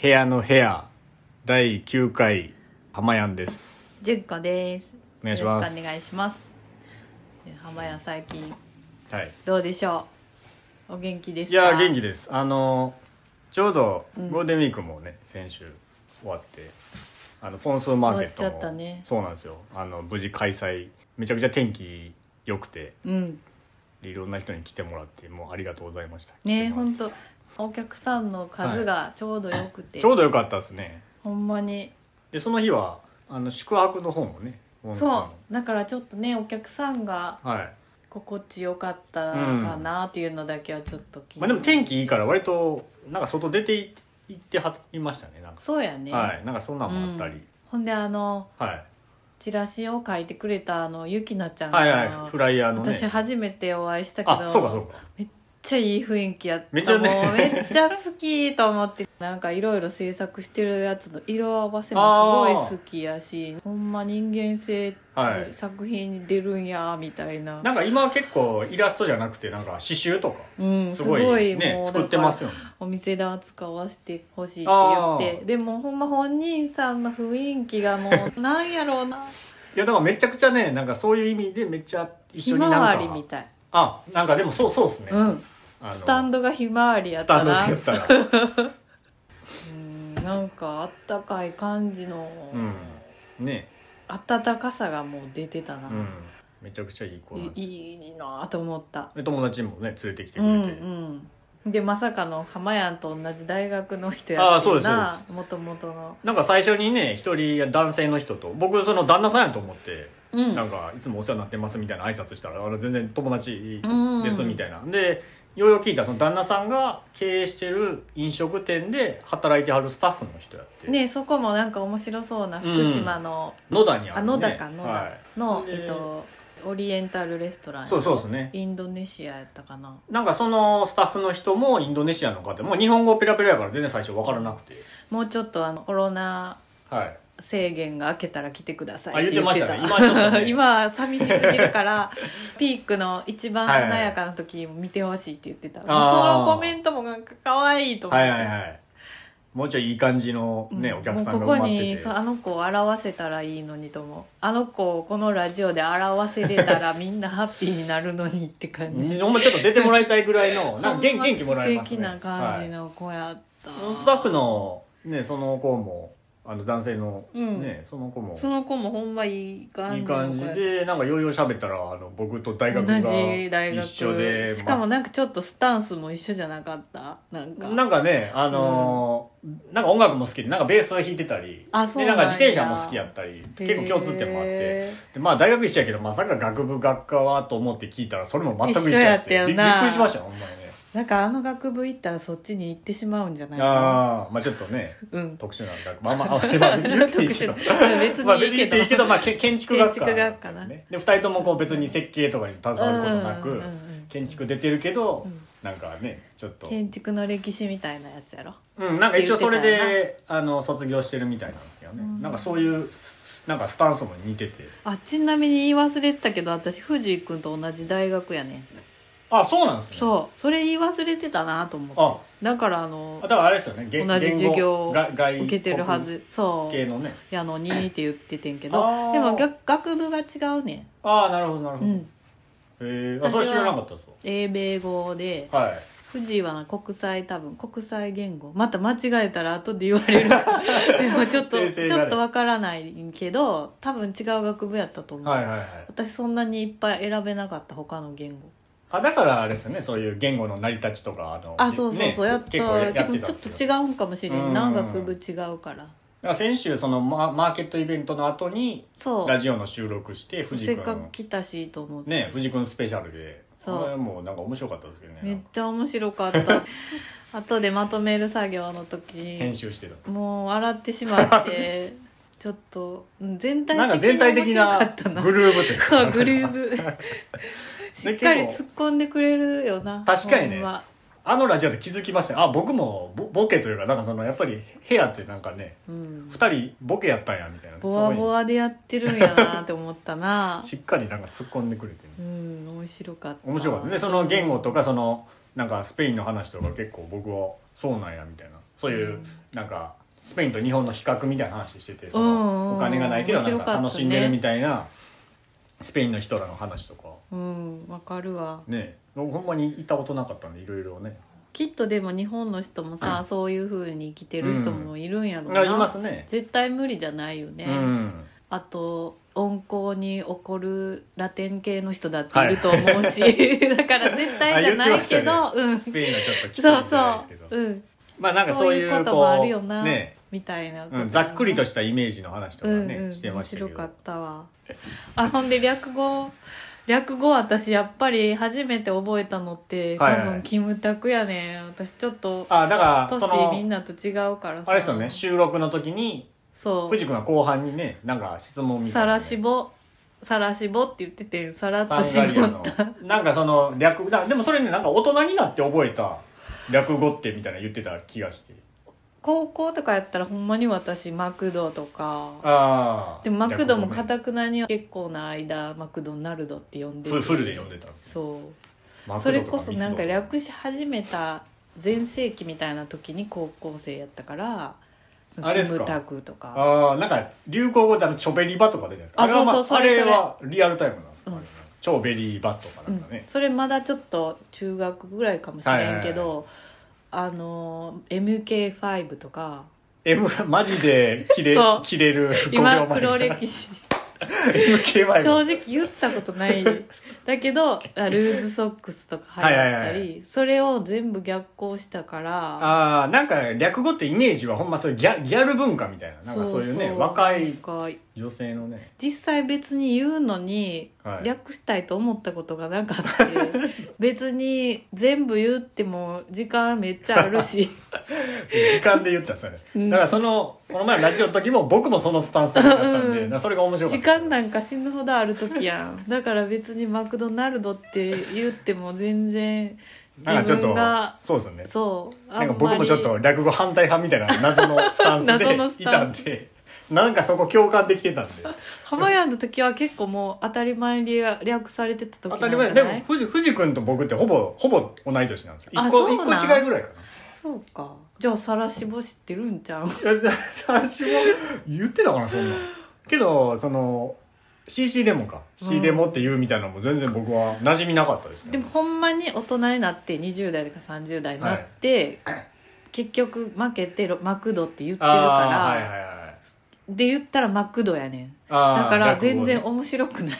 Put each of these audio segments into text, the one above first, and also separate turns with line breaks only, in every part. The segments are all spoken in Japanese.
部屋の部屋第9回浜やんです
純子です。
お願いします
よろしくお願いします。浜谷最近
はい
どうでしょう。お元気です
い
か。
やー元気ですあのちょうど
うん
ゴールデンウィークもね、先週終わってあのフォンソーマーケット
終わ
も
っちゃったね
そうなんですよあの無事開催めちゃくちゃ天気良くて
うん。
いろんな人に来てもらってもうありがとうございました来
ね
てもらって
本当お客さんの数がちょうどよくて、
ちょうどよかったですね
ほんまに
でその日はあの宿泊の方もねフォンソー
そ
の
うだからちょっとねお客さんが
はい
心地よかったかなっていうのだけはちょっと気に
まあ、でも天気いいから割となんか外出てい行ってはいましたねなんか、
そうやね。
はいなんかそんなんもあったり、
うんほんであの
はい、
チラシを書いてくれたあのゆきなちゃんが、
はいはいフライヤーのね
私初めてお会いしたけど
あそうかそうか
めっちゃいい雰囲気やった
めっちゃね
もうめっちゃ好きと思ってなんかいろいろ制作してるやつの色合わせもすごい好きやしほんま人間性って
はい
作品に出るんやみたいな、
なんか今結構イラストじゃなくてなんか刺繍とか
うん
す
す
ご
ご
い
い
ね
もう
作ってます
だから
よね
お店で扱わせてほしいって言っ
あ
てでもほんま本人さんの雰囲気がも うなんやろうない
やだからめちゃくちゃねなんかそういう意味でめっちゃ一
ひ
緒にな
まわり
ん
み
か
たい、
あなんかでもそうそうですね、
うん
あの
スタンドがひまわりや
ス
っ
タ
た
ンド
な
でやったら
うんなんかあったかい感じの、
うんね
温かさがもう出てた
う
な、
んめちゃくちゃいい子なんで
いいいなと思った
すで友達もね連れてきて
う
くれて、
んうんでまさかの浜やんと同じ大学の人や
あー
って
そうで
る
すそうで
なもともとの
なんか最初にね一人男性の人と僕その旦那さんやと思って
う
なん
ん
かいつもお世話になってますみたいな挨拶したらあの全然友達
うん
ですみたいな、でようよう聞いたらその旦那さんが経営してる飲食店で働いてはるスタッフの人やって、
ねそこもなんか面白そうな
うん
福島の、
野田にあ
あ
る、ね、
野田か野田
はい、
の、
で
えっと、オリエンタルレストラン
そうそうですね
インドネシアやったかな
なんかそのスタッフの人もインドネシアの方でもう日本語ペラペラやから全然最初分からなくて
もうちょっとあのコロナ
はい
制限が明けたら来てくださ
あ
い
言ってましたね
言っ
今
て
ちょっとね
今寂しすぎるからピークの一番華やかな時見てほしいって言ってた、
あー
そのコメントもなんか可愛いと思っ
は
て、
いはいはいもうちょいいい感じの
うん
ね、お客さんが
もう
埋
こ
ま
こ
って
に
て
そうあの子を表せたらいいのにと思うあの子をこのラジオで表せれたらみんなハッピーになるのにって感 じ
ほんまちょっと出てもらいたいぐらい のなんか元元気もらえますね
素敵な感
は
じ
い
の子やった、
そのスタッフの、ね、その子もあの男性の、
うん
ねその子も
その子もほんまいい感
い
じ
い
の子や
感じでなんかよいよい喋ったらあの僕と大
同
学が
じ大学
一緒で
しかも
ま
なんかちょっとスタンスも一緒じゃなかったなん
あ
か
なんかねあのーなんか音楽も好きでなんかベースを弾いてたり
あそう
で
な
なんん
や
か自転車も好きやったり結構共通点もあって
へ
でまあ大学一緒やけどまさか学部学科はと思って聞いたらそれも全く一緒
一緒
や
や
っ
ってたよな
びっびっくりしましたよほんまにね
ーなんかあの学部行ったらそっちに行ってしまうんじゃないか
ああまあちょっとね
なうん
特殊な学部まあまああまあ別に言っていいけ ど
別
まあ別
に
に言
いい
っていい
け
け
ど
ど、まあ、け建築学科
建築学科
で
な
すねで2人ともこう別に設計とかに携わることなく、
うんうんうんうん
建築出てるけど、
うん
なんかねちょっと、
建築の歴史みたいなやつやろ
うん、なんか一応それであの卒業してるみたいなんですけどね、
うん
なんかそういうなんかスタンスも似てて
あちなみに言い忘れてたけど私藤井君と同じ大学やね
あそうなんですねう
そうそれ言い忘れてたなと思って
あ
だからあの
だからあれですよねげ
同じ授業を
言語が外
受けてるはずそう
国系のね
やのにって言っててんけど
あー
でも学学部が違うね
ああなるほどなるほ
う
ど、
ん
へえあそれ知らなかったです
英米語で
わはい
富士は国際多分国際言語また間違えたら後で言われる でもちょっと
訂正
ち
がね
ょっとわからないけど多分違う学部やったと思う、
はいはいはい
私そんなにいっぱい選べなかった他の言語
あだからあれですよねそういう言語の成り立ちとかあの
あそうそうそう、
ね
やった
結構やってた
で
ん
も
です
ちょ
よ
っと違うんかもしれ
うん
んな学部違うから
だから先週そのママーケットイベントの後に
そ
ラジオの収録して
う
藤
せ
井
っかく
君
来たしと思って、
ね藤君スペシャルで
そう
これもうなんか面白かったですけど
めっ
ね
ちゃ面白かった 後でまとめる作業の時
編集してた
もう洗ってしまって ちょっとうん全体的
な
に
んか全体的
面白
な
かったな
グルーブという か
そうグルー ブしっかり突っ込んでくれるよな
確かにね
ほんま
あのラジオで気づきましたあ僕もボボケというかなんかそのやっぱり部屋ってなんかね
うん、
2人ボケやったんやみたいな
ボワボワでやってるんやなって思った
そ
な
こにしっかりなんか突っ込んでくれてね
うん面白かった
面白かったねその言語とかそのなんかスペインの話とか結構僕はそうなんやみたいなそういうなんかスペインと日本の比較みたいな話しててそ
うんうんう
の
ん
お金がないけどなん
面白か
か
ったね
楽しんでるみたいなスペインの人らの話とか
うんわかるわ
ね僕ほんまに行ったことなかったんでいろいろね
きっとでも日本の人もさ、そういう風に生きてる人もいるんやろうな、
いますね
絶対無理じゃないよね、
うん
あと温厚に怒るラテン系の人だっていると思うし、 だから絶対じゃないけ
あ
ど、うん
スペインはちょっときつい
そ
み
う
たいですけど
そう、うん、
まあなんかそういう
そういうこともあるよな
ね
みたいなこと
う
や
ん
な
ざっくりとしたイメージの話とか
うんう
ね
ん
してましたけ
面白かっ
ど
たわあほんで略語略語私やっぱり初めて覚えたのって、
はいはい
多分キムタクやねん私ちょっと
あだからそ
年みん
の
なと違うから
あれですよね収録の時に
そう
藤君は後半にねなんか質問みた
さ
いな
ら
ね
しぼさらしぼって言っててんさらっ
サ
と
ンガリ
絞
ア
っ
の
た
なんかその略だでもそれねなんか大人になって覚えた略語ってみたいな言ってた気がして
高校とかやったらほんまに私マクドとか
ああ
でもマクドもか
片
たくなに結構な間マクドナルドって呼んで
フルフルで読んでたんです
そう
マク
そ
ド
れ
と
こそなん
ミス
か
ドと
略し始めた全盛期みたいな時に高校生やったからその
あれ
キ
っすか
ムタクとか
ああなんか流行語であのチョベリバとか出るじゃないですか
あ
あれは,、ま
そうそう
あ、
それそ
あ
れ
れはリアルタイムなんですか、
うん
あれはチョベリバとかなんかね、
それまだちょっと中学ぐらいかもしれんけど、あの MK5 とか
M マジで切れ
そう
切れる5秒前
今
みたい
黒
な
歴史
MK 前
正直言ったことないだけどあルーズソックスとか流行っ
はい
た
はいはいは
りそれを全部逆行したから
ああなんか略語ってイメージはほんまそういうギャギャル文化みたいななんかそういうね若
なん
い
か
女性の ね、
実際別に言うのに
はい、
略したいと思ったことがなかったっていう 別に全部言っても時間めっちゃあ るし
時間で言ったそれ
うん
だからそのこの前ラジオの時も僕もそのスタンスだったんで、
うん
なそれが面白かっ
時
た
間なんか死ぬほどある時やんだから別にマクドナルドって言っても全然
なんかちょっ
自分
と
が
そうですよね
そう
なんか僕もちょっと略語反対派みたいな謎のスタンス
謎のス
でい
タ
た
ン
ん
ス
でなんかそこ共感できてたんで
ハマヤンの時は結構もう当たり前に略されてた時
当
なん
た
じ
り
ゃな
前
い
でも藤藤君と僕ってほぼほぼ同い年なんですよ
あ
一個
そう
一
なん
個違いぐらいかな
そうかじゃあさらしぼ知ってるんちゃう
いや私も言ってたかなそんなんけどその CC レモンか C レモンって言うみたいなのも全然僕は馴染みなかったですね
でもほんまに大人になって20代とか30代になって、結局負けてマクドって言ってるか
あ
ら、
ーはいはいはい
で言ったらマクドやねん
あー
だから
略語
全
ね
然面 白くない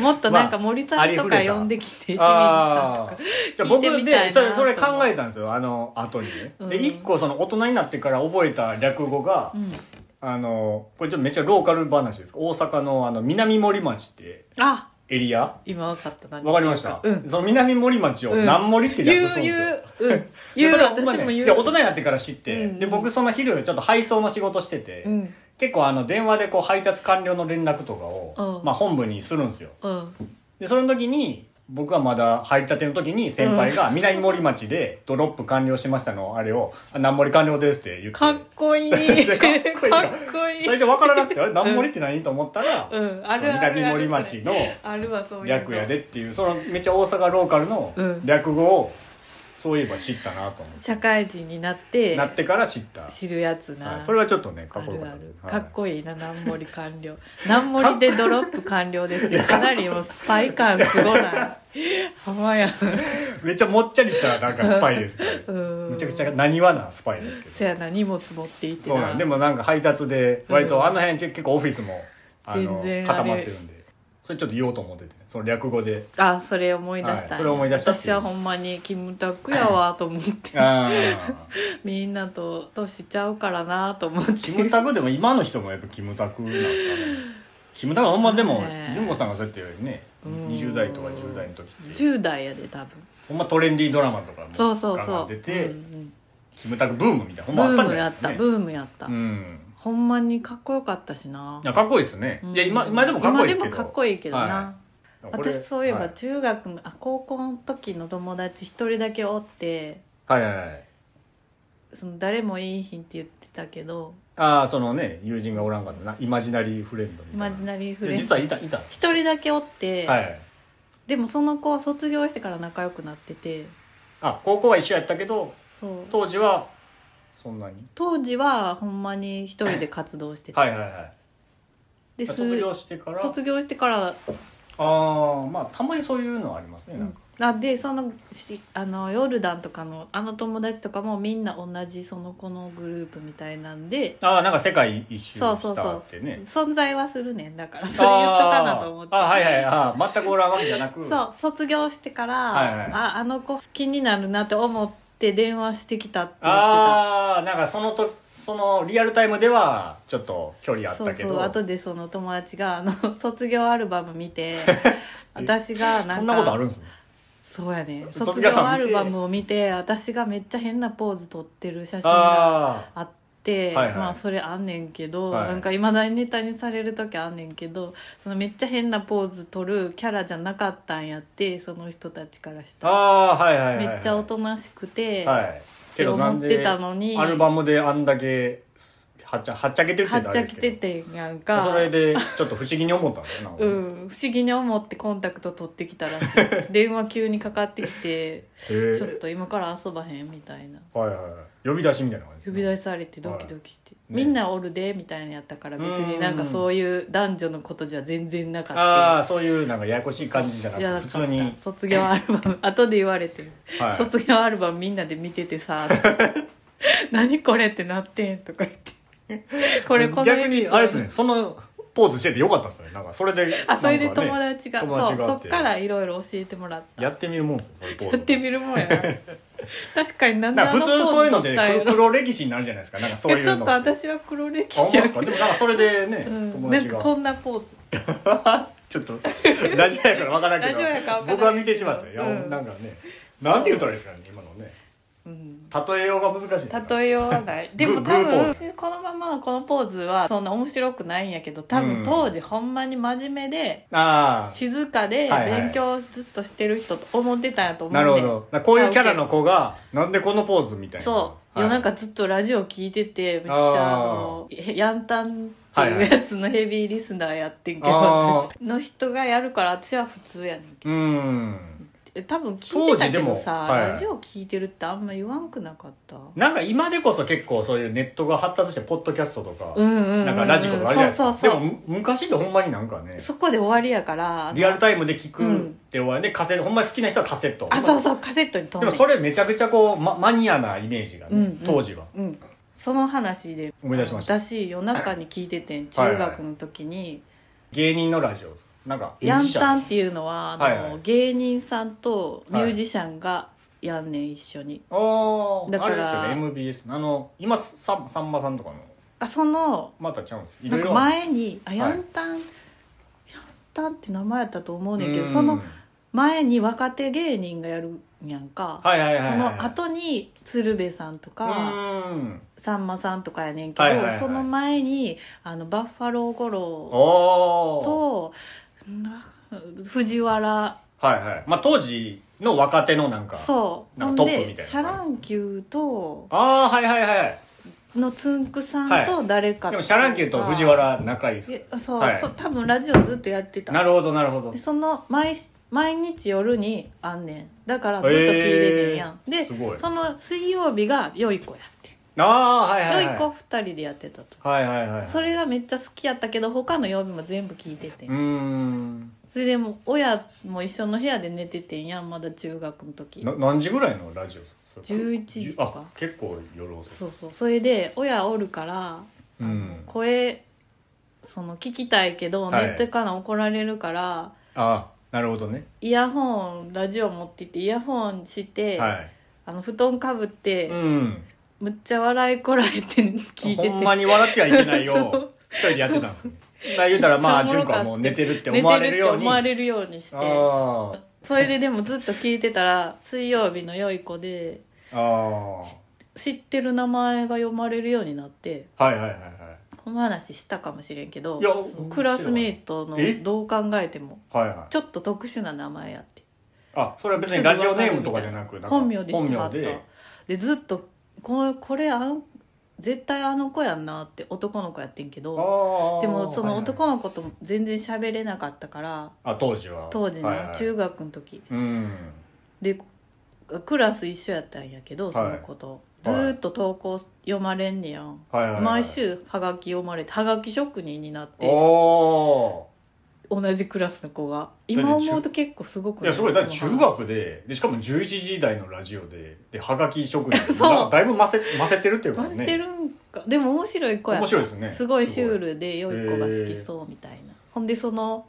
もっとなんか森さんとか呼んできて、
あーじゃあ僕
聞いてみた
で
いな
それそれ考えたんですよあの後にね、
うん
で一個その大人になってから覚えた略語が、
清水さんとか、
あのこれちょっとめっちゃローカル話です大阪のあの南森町って
うん、あ
エリア
今分かったな
わかりました、
うん
その南森町を南森って
言
略
う
するんです
言
よ、
う、うん、
で
言う
それはほ
私
んまね
も言う
で大人になってから知って、
うん
で僕その昼ちょっと配送の仕事してて、
うん
結構あの電話でこう配達完了の連絡とかを、
うん
まあ、本部にするんですよ
うん
でその時に僕はまだ入りたての時に先輩が南森町でドロップ完了しましたのあれを「あ南森完了です」って言って
かっこ いいかっ
こいいな
こいい
最初分からなくて「あれ南森って何?」と思ったら、
うんあ
そ
る
の
あるある
南森町の
あるわそういうの
略やでっていうそのめっちゃ大阪ローカルの
うん
略語をそういえば知ったなと思って、
社会人になって
なってから知った、
知るやつな、
はいそれはちょっとねか
あ
っこよ
る
かっ
あ
たで
る
す、
かっこいいな南森完了南森でドロップ完了ですねかなりもうスパイ感すごない浜やん
はいめっちゃもっちゃりしたなんかスパイですけ ど
うん
めちゃくちゃなにわなスパイですけど
そやな荷物持っていって
そうなんでもなんか配達で割
うん
とあの辺結構オフィスもあの
全然あれ
固まってるんでそれちょっと言おうと思っててその略語 で
あそれ思い出したんや、
はいそれ思い出したっていう
私はほんまにキムタクやわと 思って
あ
みんなと年ちゃうからなと思って
キムタクでも今の人もやっぱキムタクなんですかねキムタクはほんまでも
ねえ
純子さんがそうやって言うよりね
うん
20代とか10代の時って
10代やで多分
ほんまトレンディードラマとかも
そうそう
ガンガ
そ
ン
う
出て、
うん
キムタクブームみたいな
う
ほ
ん
ん
ブ
まあったんじゃないですかね
ームやった、ブームやった、
うん
ほんまにかっこよかったしない
やかっこいいですね、いや今今でもかっこいいですけ
今
ど
でもかっこいいけどな、
はこれ
私そういえ
は
ば
い
中学の、あ高校の時の友達一人だけおって
はいはいはい
その誰もいいひんって言ってたけど
ああそのね友人がおらんかったなイマジナリーフレンドみ
イ
たいな
マジナリーフレン
実
ド
はいたいた
一人だけおって、
はい
でもその子は卒業してから仲良くなってて
あ高校は一緒やったけど
そう
当時はそんなに
当時はほんまに一人で活動してて、
はいはいはい
で
卒業してから
卒業してから
ああまあたまにそういうのはありますねなんか、
あでそのしあのヨルダンとかのあの友達とかもみんな同じその子のグループみたいなんで
ああなんか世界一周
そうそ
し
うそ
た
う
ってね
存在はするねんだからそれ言っとかなと思って
あーあはいはいあー全くおらんわけじゃなく
そう卒業してから、
はいはい
ああの子気になるなって思って電話してきたって言ってた
ああなんかそのとそのリアルタイムではちょっと距離あったけど
そうそう後でその友達があの 卒業アルバム見 て私がなんか
そんなことあるんですね
そうやね
卒
卒
業アルバム見て
業アルバムを見て私がめっちゃ変なポーズ撮ってる写真が
あ
あって
はいはい
まあそれあんねんけど、
はい
なんかいまだにネタにされる時あんねんけどそのめっちゃ変なポーズ撮るキャラじゃなかったんやってその人たちからし
あ
たら
ああはいはいはい、はい、
めっちゃおとなしくて、
はい
って思ってたのに
アルバムであんだけはっちゃはっちゃけてるって
は
言ったらあれ
っちゃ
で
き
す
て
け
てんやん
ど
か
それでちょっと不思議に思ったんだよなんか
うん、不思議に思ってコンタクト取ってきたらし い電話急にかかってきて
へ
「
ー
ちょっと今から遊ばへん」みたいな
はいはいはい呼び出しみたいな感じ
呼び出
し
されてドキドキして、
い
みんなおるでみたいなやったから別になんかそういう男女のことじゃ全然なかった
ああそういうなんかややこしい感じじゃなく
いや
て
な
普
ん
通に、
か卒業アル バム後で言われて、
はい、
卒業アルバムみんなで見ててさ 「何これ」ってなってんとか 言ってこれこの
逆
エピ
に
ソード
あれですねそのポーズしててよかったですねなんかそれで
あそれで
なんかね
友達が,、
友達が
そうそ
っ
ってからいろいろ教えてもらった
やってみるもんですよそういうポーズ
やってみるもんやな 確かになんで
なん
あ
か
の
普通そういうので
ポーズ取ったんやろ
黒歴史になるじゃないですかなんかそういう
い
の
やちょっと私は黒歴
あ思うんで
史や
すかでもなんかそれでね、
うん、
友
なん
達
か
が
こんなポーズ
ちょっとラジオやから分からんけど
ラジオやから分からんけど
僕は見てしまったよいや、
うん
なんかねなんて言ったらいいですかね今のね
うん
例えようが難しいですね
例えようはないで
グー
も
グ
多
ーポ
分
ー
私このままのこのポーズはそんな面白くないんやけど多
うん
分当時ほんまに真面目で
ああ
静かで
はいはい
勉強ずっとしてる人と思ってたんやと思う
な
ね
る
ん
ほどなんかこういうキャラの子がなんでこのポーズみたいな
そう、
はい
夜中ずっとラジオ聞いててめっちゃ
あー
あのへヤンタンって
はい
い
はいう
やつのヘビーリスナーやってんけど、
あー
私の人がやるから私は普通やねんけ
うん
ど多分聞いてたけ
当時でも
どさ、
はい
ラジオ聞いてるってあんま言わんくなかった
なんか今でこそ結構そういうネットが発達してポッドキャストとか、
うんうんうんうん
なんかラジコとかあるじゃないですか
そうそうそう
でもむ昔ってほんまになんかね
そこで終わりやから
リアル
イ
タイムで聞くって終わりで、カセットほんまに好きな人はカセット
あそうそうカセットに飛ん
でも
で
それめちゃくちゃこう、ま、マニアなイメージがね、
うんうん
当時は
うん、その話で
思い出しました
私夜中に聞いててん
はいはい
中学の時に、
芸人のラジオなんか
ヤンタ
ン
ンっていうのはあの、
はいはい
芸人さんとミュージシャンがやんねん一緒に、
ああ
だ
あ
か
れ
ら
ですよね MBS あの今さんさんまさんとかの
あその
またちゃうんですいろ
なん
い
か
ろ
前にあ
い
ヤンタン、ヤンタンって名前やったと思うねんけど
うん
その前に若手芸人がやるんやんか、
はいはいはいはい、
その後に鶴瓶さんと
う
か、
ん
さんまさんとかやねんけど、
はいはいはい
その前にあのバッファロー五郎
おお
とな藤原
はいはいまあ当時の若手のなんかう
そう
なんか
ほん
トップみた
で
いな
シャランキューと
ああはいはいはい
のつんくさんと誰か
でもシャランキューと藤原仲いいです
いやそう、
はい
そう多分ラジオずっとやってた
なるほどなるほど
でその毎毎日夜にあんねんだからずっと聞いてねんやん、
へーすごい
でその水曜日がよい子やって
ああはい
ん
はい
よ
はいい
子2人でやってたと
はいはいはい
それがめっちゃ好きやったけど他の曜日も全部聞いてて
うーん
それでもう親も一緒の部屋で寝ててんやんまだ中学の時
な何時ぐらいのラジオですかそれ
11時とか
あ結構夜遅い
そうそうそれで親おるから
うん
声その聞きたいけど
はい
寝てから怒られるか
あ
ら、
あなるほどね
イヤホンラジオ持っててイヤホンして、
は
あの布団かぶって、
いうん
むっちゃ笑いこらえて聞いてて
ほんまに笑ってはいけ ない
そ
よ
う
一人でやってたんですねだから言うたらまあ
めっちゃ
純
お
子
もろかった
はもう寝てるって
寝
思われるように
思われるようにして
ああ
それででもずっと聞いてたら水曜日の良い子で
あ
知ってる名前が読まれるようになって
あはいはいはいはい
この話したかもしれんけど
いや
クラスメイトの
え
どう考えても
はいはい
ちょっと特殊な名前やって
あそれは別にラジオネームとかじゃなくなんか
本名でしたかっ
本
た
名で
でずっとこのこれあん絶対あの子やんなって男の子やってんけ
あ
ど
ー
でもその
はいはい
男の子とも全然喋れなかったから
あ当時は
当時
はい
ね
はい
中学の時
うん
でクラス一緒やったんやけど
い
その子とずーっと投稿読まれんねやん、
はいはいはい、
毎週はがき読まれてはがき職人になって
お
同じクラスの子が
だって
今思うと結構すご
ー
く
い
ない
やそれだって
この
中
話
学ででしかも11時台のラジオでではがき職人
そう
なんかだいぶませませてるっていうかね
混ぜてるんかでも面白い子や
面白いですね
すごいシュー
ル
ルで良い子が好きそうみたいな、ほんでその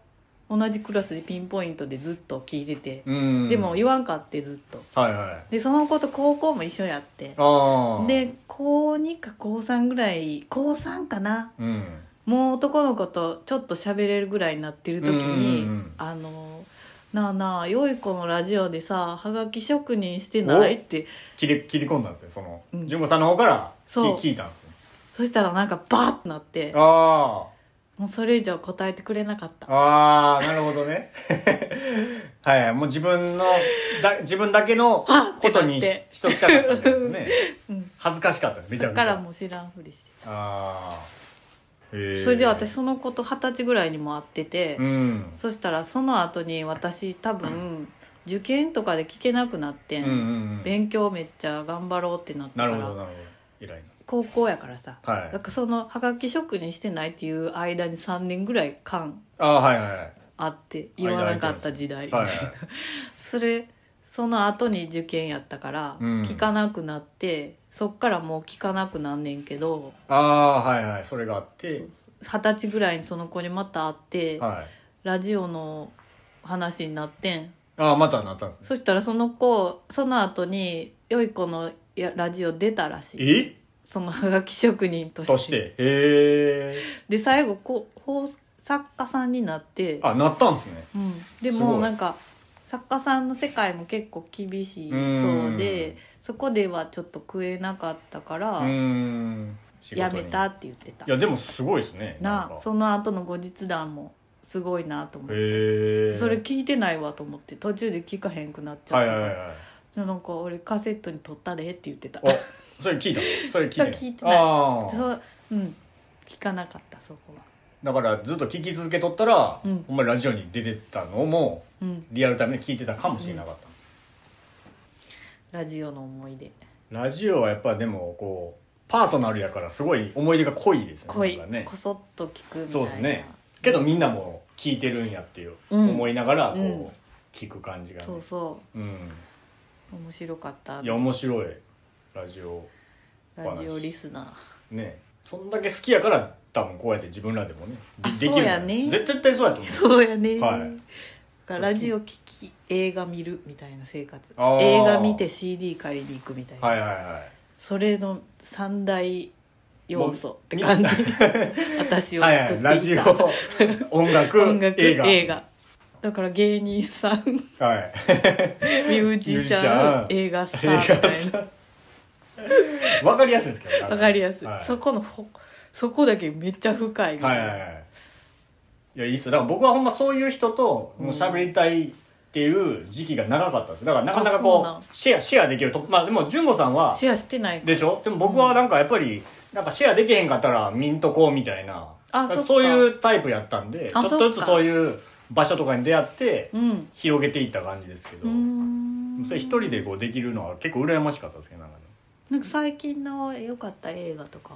同じクラスでピンポイントでずっと聞いてて、
うん
でも言わんかってずっと
はいはい
でその子と高校も一緒やって
ああ
で高2か高3ぐらい高3かな
うん
もう男の子とちょっと喋れるぐらいになってる時
うん
に、
うんうん
あの「なあなあ良い子のラジオでさはがき職人してない?」って
切り切り込んだんですよその
うん
純子さんの方からき
そう
聞いたんですよ
そしたらなんかバーッとなって
ああ
もうそれ以上答えてくれなかった
ああなるほどね はいはいもう自分のだ自分だけの
あっ
こ
て
と
なっ、
にしてしときたかったんですよね
うん、
恥ずかしかったですめち
そ
ゃ
っ
くち
から
ゃ
もう知らんふりして
ああへえ
それで私その子と二十歳ぐらいにも会ってて、
うん
そしたらその後に私多分受験とかで聞けなくなって
うん
ん、
うんうん
勉強めっちゃ頑張ろうってなった
な
か
るほど
ら
なるほど偉い
高校やからさ
なは
だ
い
からそのはがき職人してないっていう間に3年ぐらい間
ああはいはいはい
あって言わなかった時代みた
はいい
な、
はい
それその後に受験やったから、
うん
聞かなくなってそっからもう聞かなくなんねんけど
ああはいはいそれがあっ
そ
て
う二十歳ぐらいにその子にまた会って、
はい
ラジオの話になってん
ああまたなったんですね
そしたらその子その後に良い子のやラジオ出たらしい
え
そのはがき職人として
としてへえ
で最後こうこう作家さんになって、
あなったんですね
うん、です
ご
も
い
なんか作家さんの世界も結構厳しいそう
うん
でそこではちょっと食えなかったか
う
ら
ーん仕事
や
に
めたって言ってた
いやでもすごいですね
な
なんか
その後の後日談もすごいなと思って
へえ
それ聞いてないわと思って途中で聞かへんくなっちゃ
は
っ
い
た、
はいはい
そのなんか俺カセットに撮ったでって言ってた
おそれ聞いた それ聞いてない
それ聞いてない
あー
そううん聞かなかったそこは
だからずっと聞き続けとったら、
うん
お前ラジオに出てたのも
うん
リアルタイムで聞いてたかもしれなかった、
ラジオの思い出
ラジオはやっぱでもこうパーソナルやからすごい思い出が濃いですよね
恋、
なんかね
こそっと聞くみたいな
そうですねけどみんなも聞いてるんやっていう
うん
思いながらこう、
うん
聞く感じがね
そうそ
うん
う面白かった
いや面白いラジオ
ラジオリスナ
ねそんだけ好きやから多分こうやって自分らでもねで
あ
できる
そうやね
絶絶対そうやと
ー
思う
そうやね、
はい
がラジオ聞き映画見るみたいな生活
あー
映画見て CD 借りに行くみたいな、
はいはいはい
それの三大要素って
もう
感じ 私を
はい
作
は
ってい
い、
た、
ラジオ音楽
音楽
映
映
画
画だから芸人さ んミ
はい
ュージシャン
ミ
映画スターみ
映画
たい
さ
な
わかりやすいですけどね
わかりやすい、
はい、
そこのほそこだけめっちゃ深いみた
はいい
な、
はいはいいやいいっすよだから僕はほんまそういう人ともう喋りたいっていう時期が長かったんですよだからなかなか
あそうな
こ
ん
うシェアシェアできるとまあでも純子さんは
シェアしてない
でしょでも僕はなんかやっぱりなんかシェアできへんかったら見んとこうみたいな
あそっか
そういうタイプやったんでちょ
あ
っとず
そっ
つ
か
そういう場所とかに出会って
うん
広げていった感じですけ
う
ど
ーん
それ一人でこうできるのは結構羨ましかったですけどなんかね
なんか最近の良かった映画とかは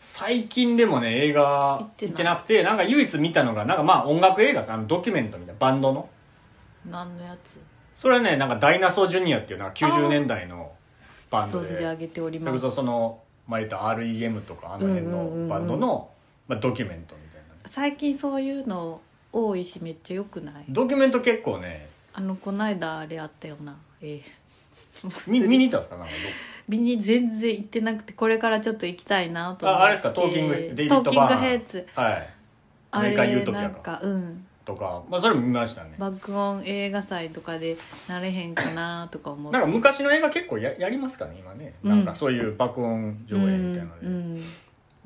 最近でもね映画
行
行
ってない
ってなくてなんか唯一見たのがなんかまあ音楽映画あのドキュメントみたいなバンドの
何のやつ
それはねなんかダイナソージュニアっていうなんか90年代のバンド
存
で
じ上
そ
げており
れ
ま
こ
す
そその前言った REM とかあの辺
うんうんうん
の
うん
バンドの、まあ、ドキュメントみたいな
最近そういうの多いしめっちゃ良くない
ドキュメント結構ね
あのこないだあれあったよなえ
見見に行ったんですかなんか
見に全然行ってなくてこれからちょっと行きたいなと思って
ああれですかトーキングデイビッド
トーキング
バーナー
ヘッズ
どはいア
あ
メリカンユー
れ
トピ
な
ア
ん
か
かうん
とか、まあ、それも見ましたね
爆音映画祭とかでなれへんかなとか思って
なんか昔の映画結構ややりますからね今ね、
うん
なんかそういう爆音上映みたいなので、
うんうん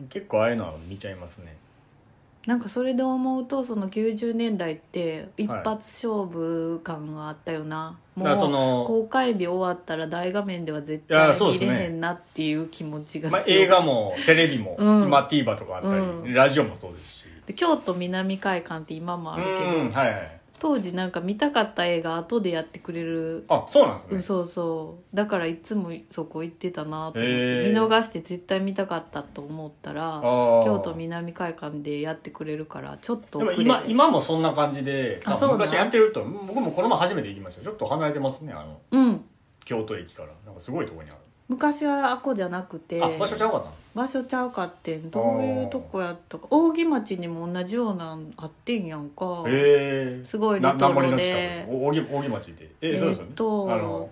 結構ああいうのは見ちゃいますね
なんかそれで思うとその90年代って一発勝負感があったよな、
だからそ
もう
の、
公開日終わったら大画面では絶
いや
対
そうです
見れ
ね
へんなっていう気持ちが
まあ、
強い
映画もテレビも、
うん
今 TVer とかあったり、
うん
ラジオもそうですし
で京都南会館って今もあるけど、
うんはいはい
当時なんか見たかった映画後でやってくれる、
あそうなん
う
で
ん
すね
そうそうだからいつもそこ行ってたなと思って、
へー
見逃して絶対見たかったと思ったら京
京
都南海館でやってくれるからちょっと
でも
遅れて
今今もそんな感じで
あ
あ
そうなん
昔やってると僕もこの前初めて行きましたよちょっと離れてますねあの
うん
京都駅からなんかすごいところにある、
昔はあこじゃなくて
あ場所ちゃうかったんです
場所ちゃうかってんどういうとこやったか扇町にも同じようなんあってんやんか
へ
すご
え
いレト
南
ロ
森
で
の近くですお扇扇町でえ
え
そうですよ
ーっ
ねあ
と
の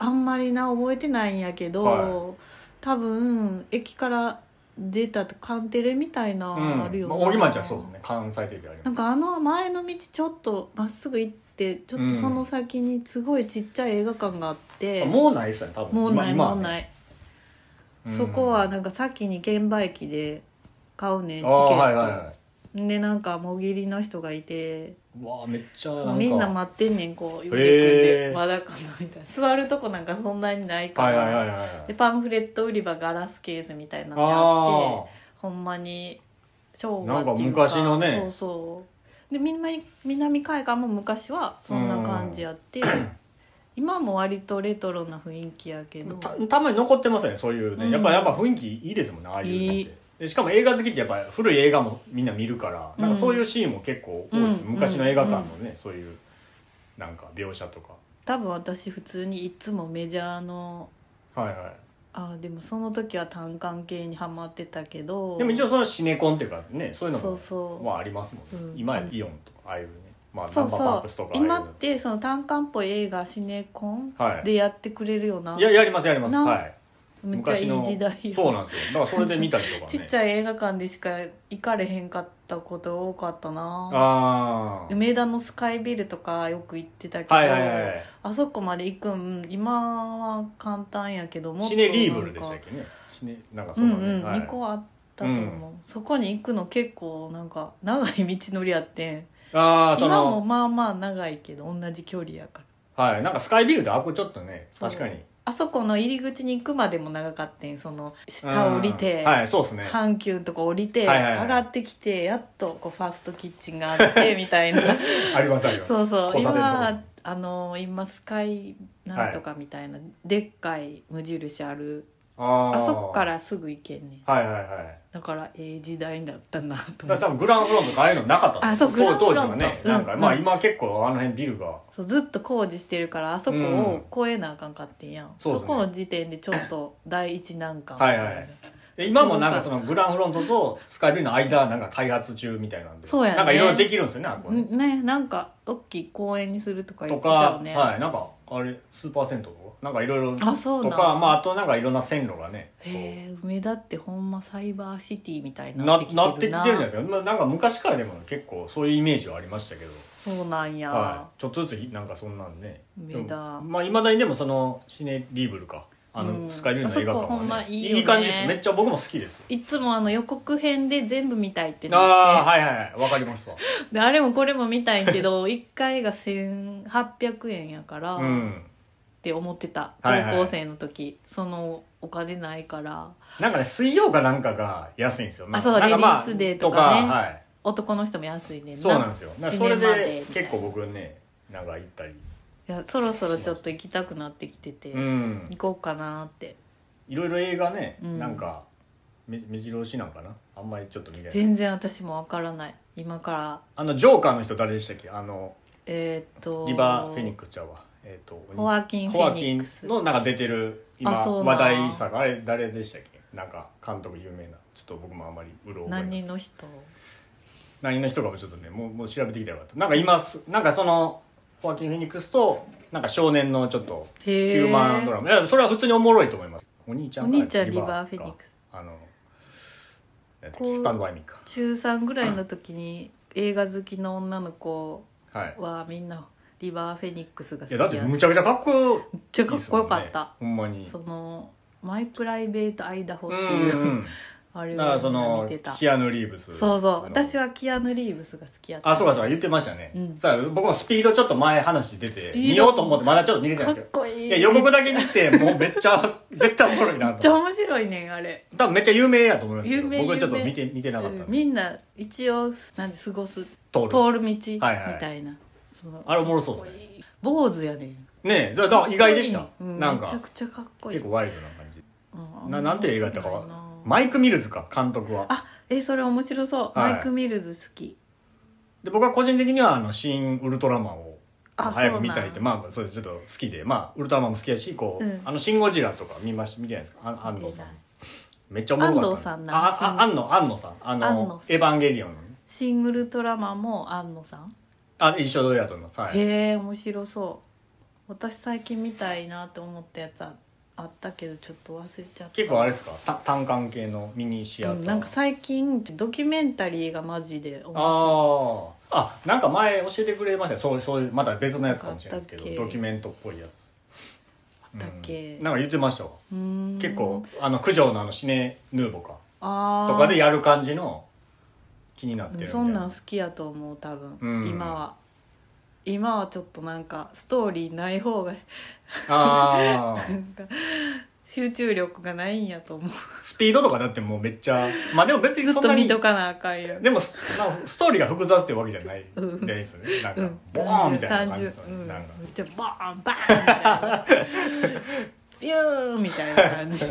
あんまりな覚えてないんやけど、
は
多分駅から出たとカンテレみたいな
う
のあるよ
んまあ扇町はそうですね関西テレビあります
なんかあの前の道ちょっとまっすぐ行ってちょっとその先にすごいちっちゃい映画館があって、
あもうないっすよね多分
もうない
今
もう
い
ない、そこはなんかさっきに券売機で買うねんチケット、
はいはいはい
でなんかもぎりの人がいて
うわあめっちゃ
そ
な
うん
か
みんな待ってんねんこう指で
へ
組んで
ー
まだかなみたいな座るとこなんかそんなにないか
はい
ら、
はいはいはい
でパンフレット売り場ガラスケースみたいなのであっ
あ
てほんまに昭和っていうか
なんか昔のね
そうそうで南南海岸も昔はそんな感じやって、 今も割とレトロな雰囲気やけど
あたたまに残ってますよねそういう
うん
ねやっぱやっぱ雰囲気いいですもんねああいうのっ
いい
てでしかも映画好きってやっぱ古い映画もみんな見るからなんかそういうシーンも結構多いです
うん
昔の映画館のねそういうなんか描写とか
多分私普通にいつもメジャーの
はいは
あでもその時は単管系にはまってたけど
いでも一応そのシネコンっていうかねそういう
そう
の
そう
もまあありますもん
う
ね
ん
今やイオンとかああいうねまあナ
そ
ン
う
バーパー
そ
クスと
う
かああいう
今ってその単館っぽい映画シネコン
はい
でやってくれるようない
ややりますやります
な
はい
めっちゃいい時代や
そうなんですよだからそれで見たりとか
ち
ね
っちゃい映画館でしか行かれへんかったこと多かったな
ああ
梅田のスカイビルとかよく行ってたけど、
はいはいはいはい
あそこまで行くん今は簡単やけどもっと
シ
なん
ネ
か
リーブルでしたっけねシネなんかそうの
ん
ね、
うん、
はい
2個あったと思う、そこに行くの結構なんか長い道のりやってん
ああそ
今も
の
まあまあ長いけど同じ距離やから
はいなんかスカイビルであこれちょっとね
そう
確かに
あそこの入り口に行くまでも長かったんその下降りて、
うんはいそうですね
阪急のとこ降りて、
はいはいはい
上がってきてやっとこうファーストキッチンがあってみた いな
ありますあります
そうそう
交差点のとこ
今あの今スカイなんとかみたいな、でっかい無印ある
あ
あ
ー
そこからすぐ行けんねん
はいはいはい
だからええ時代だったなと
だから
思って
多分グランフロントとかああいうのなかった
あそうグランフロ
当
ント
時はね
うん
なんか、
うん
まあ今結構あの辺ビルが
そうずっと工事してるからあそこを越えなあかんかってんやん、
そう
そ
ですね
この時点でちょっと第一難関
はいはいえ今もなんかそのグランフロントとスカイビルの間なんか開発中みたいなんで
そうやね
なんかいろいろできるんですよねあこれ
んねなんか大きい公園にするとか
と
言ってた
か
よ、ね
はいなんかあれスーパー銭湯とかなんかいろいろ
あそうな
と
ん
かまああとなんかいろんな線路がねこう
へえ梅田ってほんまサイバーシティみたいにな
な
ってきてるな
なってきてるんじゃないですか、まあ、なんか昔からでも結構そういうイメージはありましたけど、
そうなんや、
はい、ちょっとずつひなんかそんなんね
梅
で
田
もまあいまだにでもそのシネリーブルかあの、
うん
スカイビルの映画館
あそこほん
は、
ま
ね
いいよね
感じですめっちゃ僕も好きです
いつもあの予告編で全部見たいって
あ
な
あ
っ
はいはいわかりますわ
てであれもこれも見たいけど 一回が1800円やから、
う
っ
ん
て思ってた高
はいはい
校生の時、そのお金ないから
なんかね水曜かなんかが安いんですよなんか
あそう
なんか
リリースデーとかね
はい
男の人も安いねん
そうなんですよなんかそれ
シネマデ
で
ーみたいな
結構僕ねなんか行ったり
いやそろそろちょっと行きたくなってきてて、
うん
行こうかなって
いろいろ映画ね、
うん
なんかめ目白押しなんかなあんまりちょっと見れない
全然私もわからない今から
あのジョーカーの人誰でしたっけあの
えーっと
リバー・フェニックスちゃうわえっ、と
ホアキン・フ
ホ
ェ
アキ
ニッ
ン
クス
のなんか出てる
あ
今
そうな
話
ん
題作あれ誰でしたっけなんか監督有名なちょっと僕もあんまりうろ覚え
何
ない
人の人
何の人かもちょっとねもうもう調べてきたらよかったなんか今すなんかそのホアキン・フェニックスとなんか少年のちょっとヒ
ヒ
ューマンドラマいやそれは普通におもろいと思いますお兄ちゃん
お兄ちゃんリバー・フ
リ
ェニッ
か
クス
あのなんだっ
こう
けスタンドバイミーか
中3ぐらいの時に映画好きの女の子
はい
はみんなリバー・フェニックスが好
い
き
や
や
だってむちゃくちゃかっこよ
めっちゃかっこよかった、
いいすもんねほんまに
その「マイ・プライベート・アイダホ」って
う
いう、
ん
あ
う
れ
んだからそ
を
の
見てたそ
キアヌ・リーブス
うそう私
は
はキアヌ・リーブスが好きやった
あそうかそうか言ってましたね
うん
さあ僕もスピードちょっと前話出て
スピード
見ようと思ってまだちょっと見れてな
か
いんで
っ
すよ
こいい
いや予告だけ見てもうめっちゃ絶対おもろいな
めっちゃ
と
面白いねんあれ
多分めっちゃ有名やと思いますけど
有名
僕はちょっと
有名
見て見てなかった
うんんみ
で
んな一応なんで過ごす
通る
通る道みたいな、
はいはい
その
あれおもろそうですね
坊主やねん
ねえだだから意外でした
かっこいいねう
なんか
めちゃくちゃかっこいい
結構ワイルドな感じ
うん
ななんていう映画やったかは
あんまりないな
マイク・ミルズか監督は
あえそれ面白そう、
はい
マイク・ミルズ好き
で僕は個人的にはあの新ウルトラマンを
あ
早く見たいって
そうなん
まあそれちょっと好きでまあウルトラマンも好きやしこう、
うん
あのシン・ゴジラとか見まし見てないですかあ安藤さん
見てない
めっちゃおもろかった
安藤さんな
ああ安野安野さんあ
安野
の
さん
エヴァンゲリオンのね
シングルトラマンも安野さん、
あ一緒だと思いますはい
へえ面白そう私最近見たいなって思ったやつああったけどちょっと忘れちゃった
結構あれですかた単管系のミニシアター、
うんなんか最近ドキュメンタリーがマジで面白
あああなんか前教えてくれましたよそうそういうまた別のやつかもしれないですけ
あったっ
ど
け
ドキュメントっぽいやつ
いだっけ、
うんなんか言ってましたわ
うーん
結構あの九条のあのシネヌーボか
あー
とかでやる感じの気になってるみたいな
そんなん好きやと思う多分、
うん
今は今はちょっとなんかストーリーない方が
ああ
なんか集中力がないんやと思う
スピードとかだってもうめっちゃまあでも別に
ずっ
そんな
と
に
見とかなあかんやん
でもスなんかストーリーが複雑っていうわけじゃない
うん
ですねなん
う
か
ん
ボーンみたいな感じですよ
単純う
ね
ん
なんか
めっちゃボーンバーンみたい なビューンみたいな感じ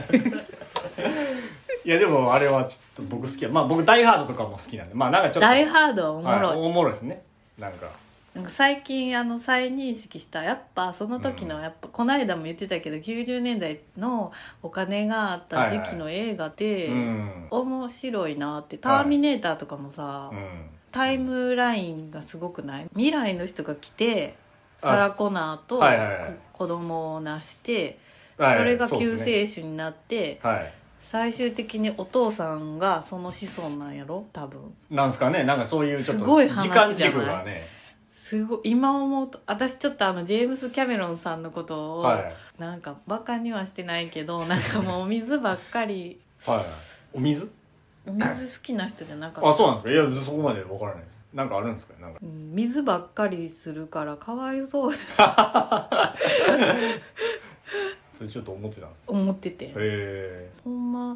いやでもあれはちょっと僕好きやまあ僕「ダイ・ハード」とかも好きなんでまあなんかちょっと
ダイハードはおもろい、
はいおもろいですねなんか
なんか最近あの再認識したやっぱその時
う
の
ん
やっぱ、この間も言ってたけど90年代のお金があった時期の映画で、
うん
面白いなって「ターミネーター」とかもさ、
うん
タイムラインがすごくない未来の人が来て
あ
サラ・コナーと
はいはいはい
子供をなして、
はい
それが救
そうで
世主になって、
すねはい
最終的にお父さんがその子孫なんやろ多分
なんですかねなんかそういうちょっと
すごい話
時
じゃな
間
い
軸がね
すごい今思うと私ちょっとあのジェームス・キャメロンさんのことを、
は
なんかバカにはしてない けどなんかもうお水ばっかり
いはいお水
お水好きな人じゃなか
あ
っ
そうなんですかいやそこまでわからないですなんかあるんですかねなんか
た、うん、水ばっかりするからかわいそう
それちょっと思ってたんですへ
思ってて
え
ほんま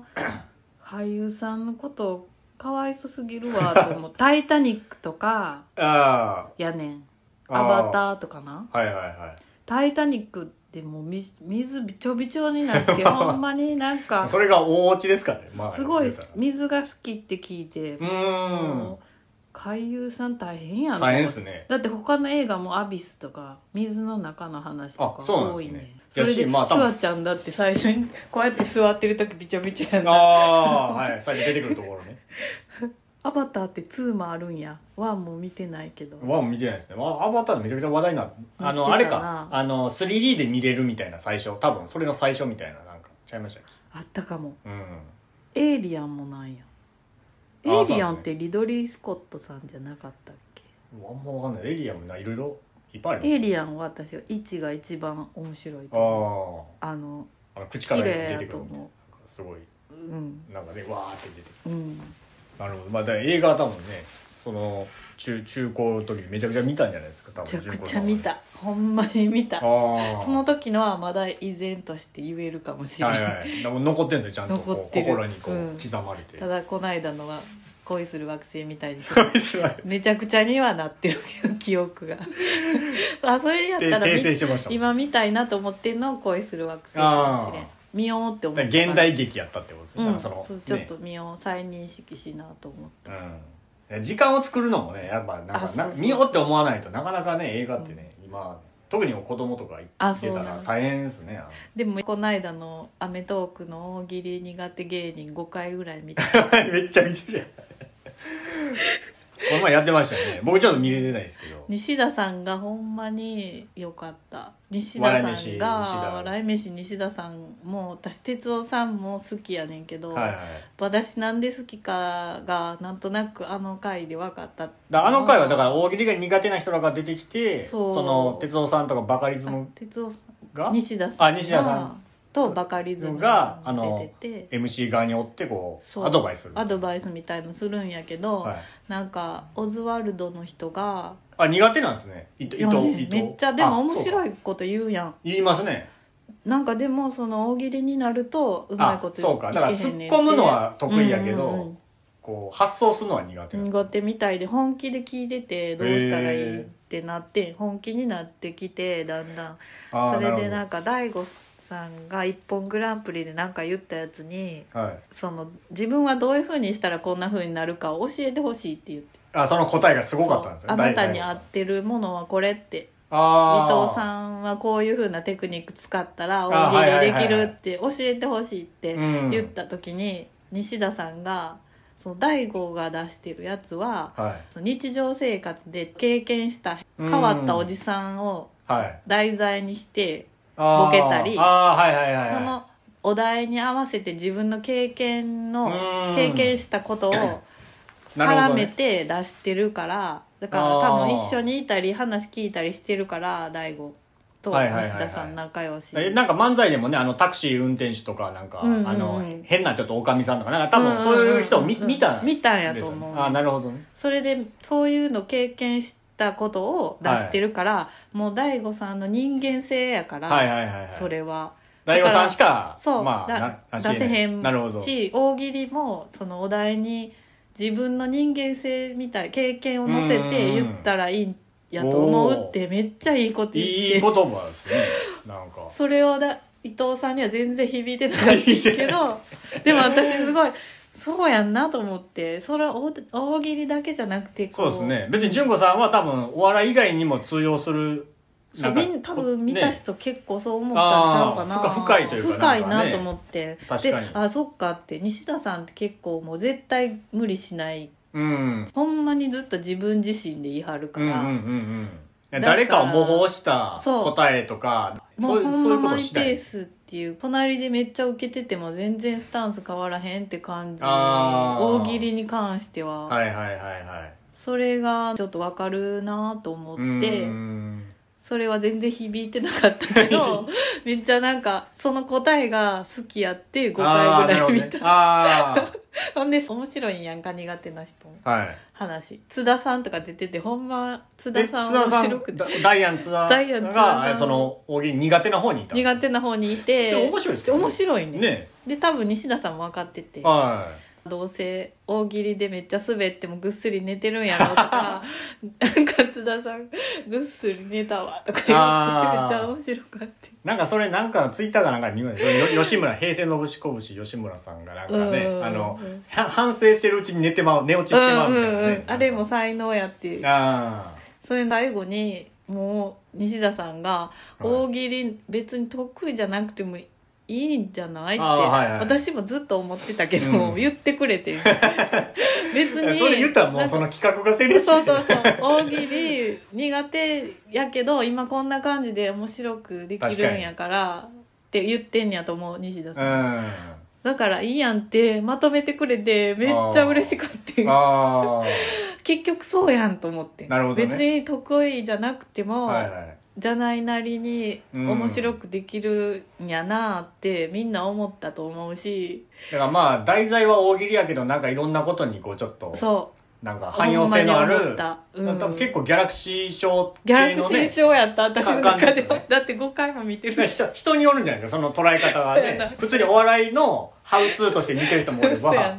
俳優さんのことかわいそすぎるわと思う「 タイタニック」とか
あ
「やねん」「
あ
アバ
ー
ター」とかな
はいはいはい
「タイタニック」でもうみ水びちょびちょになって ほんまになんか
それが大落ちですからね、まあ、
すごい
言うたら
水が好きって聞いて
うーん
もう俳優さん大変やな
大変ですね
だって他の映画も「アビス」とか「水の中の話」とか
あそうなん
多
で
い
すね
ね
いや
それ
し
で、
まあ多
シュ
分
ワちゃんだって最初にこうやって座ってる時びちょびちょやな
ああはい最初出てくるところね
アバターって2もあるんや1も見てないけど
ワン見てないですねわアバターでめちゃくちゃ話題になってあの
な
あ
って
れ
たな
かあの 3D で見れるみたいな最初多分それの最初みたいななんかちゃいましたっ
あったかも
けうん
エイリアンもなんや
あーそ
エイリアン
うなん
っ
で
てリドリー・スコットさんじゃなかったっけ
あんまわかんないエイリアンもないろいろいっぱいある
エイリ
ン
アンは私は1が一番面白い
あ
と
あ
思うあの
あの口か
綺
ら
麗
出て
や
く
と
るみたいな
思
すごいう
うん
なんかねわーって出てくる
うん
なるほどまあだから映画は多分ねその中中高の時にめちゃくちゃ見たんじゃないですか多
め
分
ちゃくちゃ見たほんまに見た
ああ
その時のはまだ依然として言えるかもしれな
はい
い、
はいでも残ってるんですよちゃんと
残
こ
っ
う
てる
心にこう
うん
刻まれて、
ただこの間のは恋する惑星みたいに
すごい
めちゃくちゃにはなってるけど記 憶があそれやった
で
ら
訂正
み
してましたもん
今見たいなと思ってんの恋する惑星かもしれん
あー
見ようって思
だ
っ
か
た
ら現代劇やったってことですね、
う
なん
ん
かそ
そ
の
うちょっと見よう再認識しなと思っ
ねうん、時間を作るのもねやっぱなんか
あ
な
そうそうそう
見ようって思わないとなかなかね映画ってね、今特にお子供とか
あ
出た
そうな
ら
の
大変ですねあの
でもこの間の『アメトーーク』の大喜利苦手芸人5回ぐらい 見た
めっちゃ見てるやんこの前やってましたよね僕ちょっと見れてないですけど
西田さんがほんまに良かった西
笑い
田さ
飯
ん
西
が
田
笑い飯西田さんも私哲夫さんも好きやねんけど、
はいはい
私なんで好きかがなんとなくあの回で分かった
だあの回はだから大喜利が苦手な人らが出てきて
そう
の哲夫さんとかバカリズ
あ
ム
哲夫さ
が
ん西田さん
あ西田さん
とバカリズム
が
が
あの
出てて
MC 側におってこう
そう
アドバイスする
アドバイスみたいのするんやけど、
はい、
なんかオズワルドの人が
あ苦手なんですね伊
い
藤伊
や
藤
ね
伊藤
めっちゃでも面
あそう
白
か
いこと言うやん
言いますね
なんかでもその大喜利になるとうまい
あ
こと
そうかだから突っ
ん
込むのは得意やけど、
うんうんうん
こう発想するのは苦手なんだ
苦手みたいで本気で聞いててどうしたらいいってなって本気になってきてだんだん
あ
そ
ー
れ
な
でな
る
んか大悟さんが「一本グランプリ」でなんか言ったやつに
ほどはい
その自分はどういうふうにしたらこんなふうになるかを教えてほしいって言って
あその答えがすごかったんですよ
あなたに合
あ
ってるものはこれって伊
あー
藤さんはこういうふうなテクニック使ったら
あー
大喜利
はい
で
はいは
き
いはい
るって教えてほしいって
うん
言った時に西田さんがその大悟が出してるやつは
はい
その日常生活で経験した変わったおじさんを
はい
題材にして
あー
ボケたり
あーはいはいはいはい
そのお題に合わせて自分の経験
う
の
ん
経験したことを
なるほ
絡
どね
めて出してるからだから
あー
多分一緒にいたり話聞いたりしてるから大悟と
はいはいはいはい
西田さん仲良し
えなんか漫才でもねあのタクシー運転手とかなんか、
うんうんうん
あの変なちょっとおかみさんとかなんか多分そういう人を見,、
んんん
見たん
見たんや
です
と
よ
思
ね
う
あなるほどね
それでそういうの経験したことを出してるから、もう大悟さんの人間性やから、
はいはいはいはい
それは
大悟さんしか
そう、
ま
だ
あ、な
出せへん
なるほど
し大喜利もそのお題に自分の人間性みたい経験を乗せて言ったらいいんやと思うってめっちゃいいこと言って
いい言葉ですねなんか
それをだ伊藤さんには全然響いてない んですけどでも私すごいそうやんなと思ってそれは大大喜利だけじゃなくてこ
そうですね別に純子さんは多分お笑い以外にも通用する
そう
か
みん多
こ
分見た
ね
人結構そう思ったんちゃうかな
あー深いというか
深い
なんかね
なと思って
確かに
であそっかって西田さんって結構もう絶対無理しない
うん
ほんまにずっと自分自身で言い張るか
うんうん
ら、
うんうん
だから
誰かを模倣した
そう
答えとか
も
そうい
う
う
ほ
そうい
ん
うこ
まマ
と
イ
し
ペ
ない
ースっていう隣でめっちゃ受けてても全然スタンス変わらへんって感じ
あー
大喜利に関しては、
はいはいはいはい
それがちょっとわかるなと思
う
って
ん
それは全然響いてなかったけ どめっちゃなんかその答えが好きやって5回ぐらい見た
あ
ほんで面白いんやんか苦手な人の
ーなるほどねあーはい
話津田さんとか出ててほんま津
え
田
津
さん
田
面
さ
白くて
んダイアン津田
ダイアン津田さん
がその大喜利苦手な方にいた
苦手な方にい
で
て
も面白いですけ
で
ど
面白いね
ね
で多分西田さんも分かってて
は
どうせ大喜利でめっちゃ滑ってもぐっすり寝てるんやろ とかなんか津田さんぐっすり寝たわとか言ってめっち
あー
ゃ面白かった。
いなんかそれなんかツイッターがなんかに言われてよ吉村平成のぶしこぶし吉村さんがなんかね
うん
あのは反省してるうちに寝てまう寝落ちしてまうみたいな
うんうん
ね
うんあれも才能やって
あ
それの最後にもう西田さんが
い
大喜利別に得意じゃなくてもいいんじゃないって、
あーはいはい
私もずっと思ってたけど、
うん
言ってく れて別
ー
に
それ言ったらもうその企画が成立して
そうそうそう大喜利苦手やけど今こんな感じで面白くできるんやからって言ってんやと思う西田
う
さん、
ん
だからいいやんってまとめてくれてめっちゃ嬉しかった
あ
結局そうやんと思って
なるほどね
別に得意じゃなくて
あ
も、
はいはい
じゃないなりに
うん
面白くできるんやなってみんな思ったと思うし、
だからまあ題材は大喜利やけどなんかいろんなことにこうちょっと
そ
なんか
う
汎用性のあ
ほんまに思
る
ったうん
多分結構ギャラクシー賞
ギャ
系
ラク
の
シー
ね
賞やった私の中
感じ
で
ですよ
は
ね
だって5回も見 てるし
人人によるんじゃないかその捉え方は
そうやな
ね普通にお笑いのハウツーとして見てる人もおれば
そうやな
な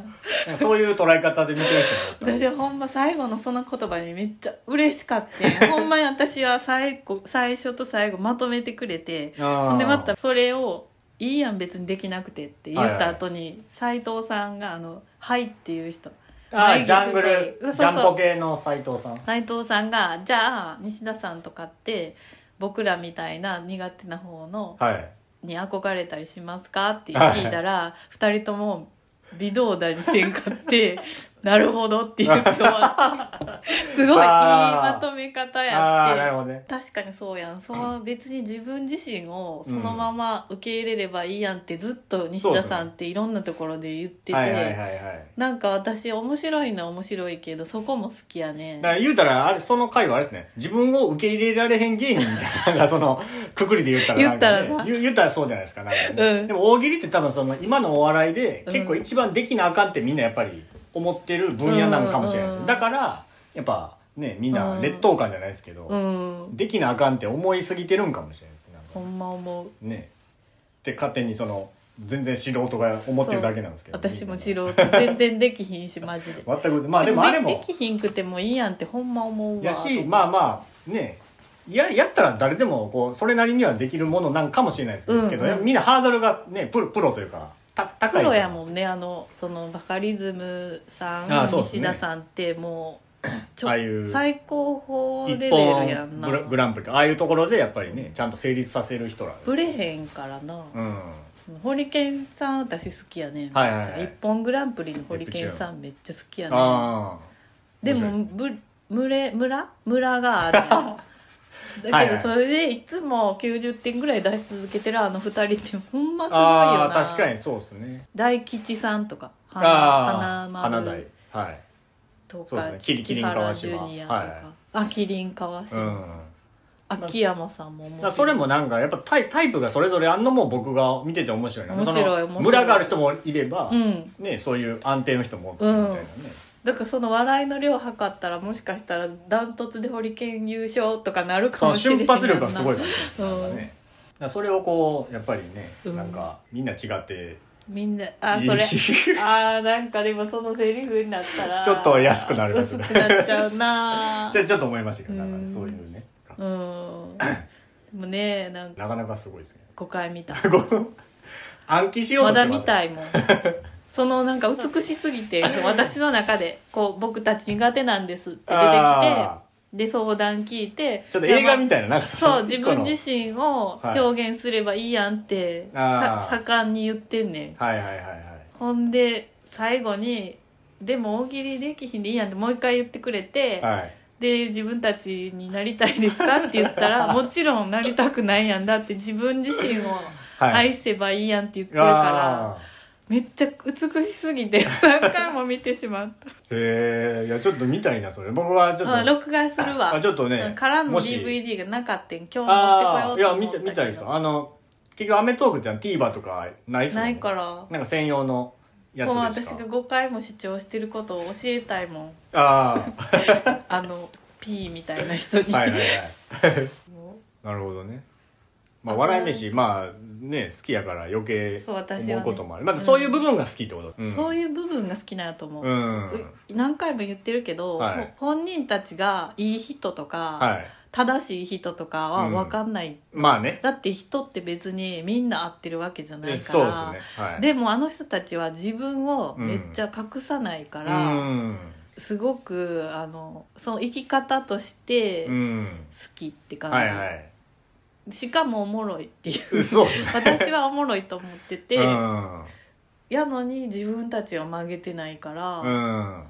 んかそういう捉え方で見てる人もお
私
る
はほんま最後のその言葉にめっちゃ嬉しか ったほんまに私は最後最初と最後まとめてくれて
あ
ほ
ー
んでまたそれを「いいやん別にできなくて」って言った後に斎、藤さんが「あのはい」っていう人
あージャングル
そうそう
ジャンポ系の斎藤さん
斉藤さんが「じゃあ西田さんとかって僕らみたいな苦手な方の
はい
に憧れたりしますか?」って聞いたら二人とも微動だにせんかって 「なるほど」って言って終わったすごいいいまとめ方
ああなる
やって。
ほどね
確かにそうやんそう別に自分自身をそのまま受け入れればいいやんってずっと西田さんっていろんなところで言ってて、
はいはいはいはい
なんか私面白いのは面白いけどそこも好きやね
だから言うたらあれその回はあれですね自分を受け入れられへん芸人みたいな なんかそのくくりで言ったらなんかね
言ったらな
言言ったらそうじゃないですかなんかね
うん
でも大喜利って多分その今のお笑いで結構一番できなあかんってみんなやっぱり思ってる分野なのかもしれないです、
うん
だからやっぱねみんな劣等感じゃないですけど、
うん
できなあかんって思いすぎてるんかもしれないですなんか
ほんま思う
ねって勝手にその全然素人が思ってるだけなんですけど
私も素
人
人全然でき ひんしマジで
全くまあでもあれも
できひんくてもいいやんってほんま思うわ
やしまあまあねいややったら誰でもこうそれなりにはできるものなんかもしれないですけど、
うんうん
みんなハードルがねプロプロというかた高い
プ
か
ロ
ら
やもんねあのそのバカリズムさん、
ああそうですね
西田さんってもうちょ
ああいう
最高峰レ
一
ベ
本
ルやんな
グラグランプリとかああいうところでやっぱりねちゃんと成立させる人ら
ブレへんからな、
うん
そのホリケンさん私好きやねん、
はいはいはい
一本グランプリのホリケンさんめっちゃ好きやねん
あ
でもぶ群れ村村が あるやんだ
は
け
いは
ど
い
それでいつも90点ぐらい出し続けてるあの二人ってほんま
あ
すごいよ
あ
な
あ確かにそうですね
大吉さんとか花
あ
花
あ
丸
花台はい
と
そうで
か、
すねキリキリン川島
キキハラジュニアとか、
はい
あキリン川
う
島、
ん
秋山さんも面
だか
白
らそれ
い
もなんかやっぱタイタイプがそれぞれあんのも僕が見てて面白いな
面白い
その
面白い
ムラがある人もいれば、
うん
ね、そういう安定の人もみた
う
いなんね、
だからその笑いの量測ったらもしかしたらダントツでホリケン優勝とかなるか
そ
も
の
しれな
瞬
い
発力がすごいからね
うん
なんかねだからそれをこうやっぱりね、
うん
なんかみんな違って
みんなあ
いい
それ あーなんかでもそのセリフになったら
ちょっと安くなります
ね
ね
薄くなっちゃ うな
ちょちょっと思いましたけどなんか、ね、
うん
そういうね
うんでもねなんか
なかなかすごいですね
誤解 見た
この暗記しよう
ま
として
だ
ます
見たいもんそのなんか美しすぎて私の中でこう僕たち苦手なんですって出てきて
あ
で相談聞いて
ーちょっと映画
い
みたいななんか
やまあそう自分
身
自身を表現すればいいやんって、
はい
さ
あー
盛んに言ってんねん
はいはいはいはい
ほんで最後に「でも大喜利できひんでいいやん」ってもう一回言ってくれて、
はい、
で自分たちになりたいですかって言っ たらもちろんなりたくないやんだって自分自身を
はい、
愛せばいいやんって言ってるから、
あ
めっちゃ美しすぎて何回も見てしまった
ーへえいやちょっと見たいなそれ僕はちょっと
あ録画するわ
あちょっとね
からの
もし
DVD がなかったん今日持ってこよ
ああ
う
いや
と思
見
ったたけど
見たいですあの結局『アメトーク』ってのは TVer とかないっすもん
な
ね
いから
なんか専用のや
もう
つで
私
しか
が5回も主張してることを教えたいもん
あ
あの P みたいな人
あ
に、
はいはいはい
も
なるほどねまあ
あとは
笑い飯まあね好きやから余計
そう私はね
思うこともあるまあそういう部分が好きってこと、
うそ
う
ういう部分が好きなんやと思
ん、
う、
うん、
う何回も言ってるけど、
はい
ほ本人たちがいい人とか、
はい
正しい人とかは分かんない、
まあね
だって人って別にみんな合ってるわけじゃないから
そうですねはい
でもあの人たちは自分をめっちゃ隠さないか
う
ら、
ん
すごくあのその生き方として
う
好
ん
きって感じ、
はいはい
しかもおもろいっていう
うそうですね
私はおもろいと思ってて、
うん
やのに自分たちは曲げてないから、
うん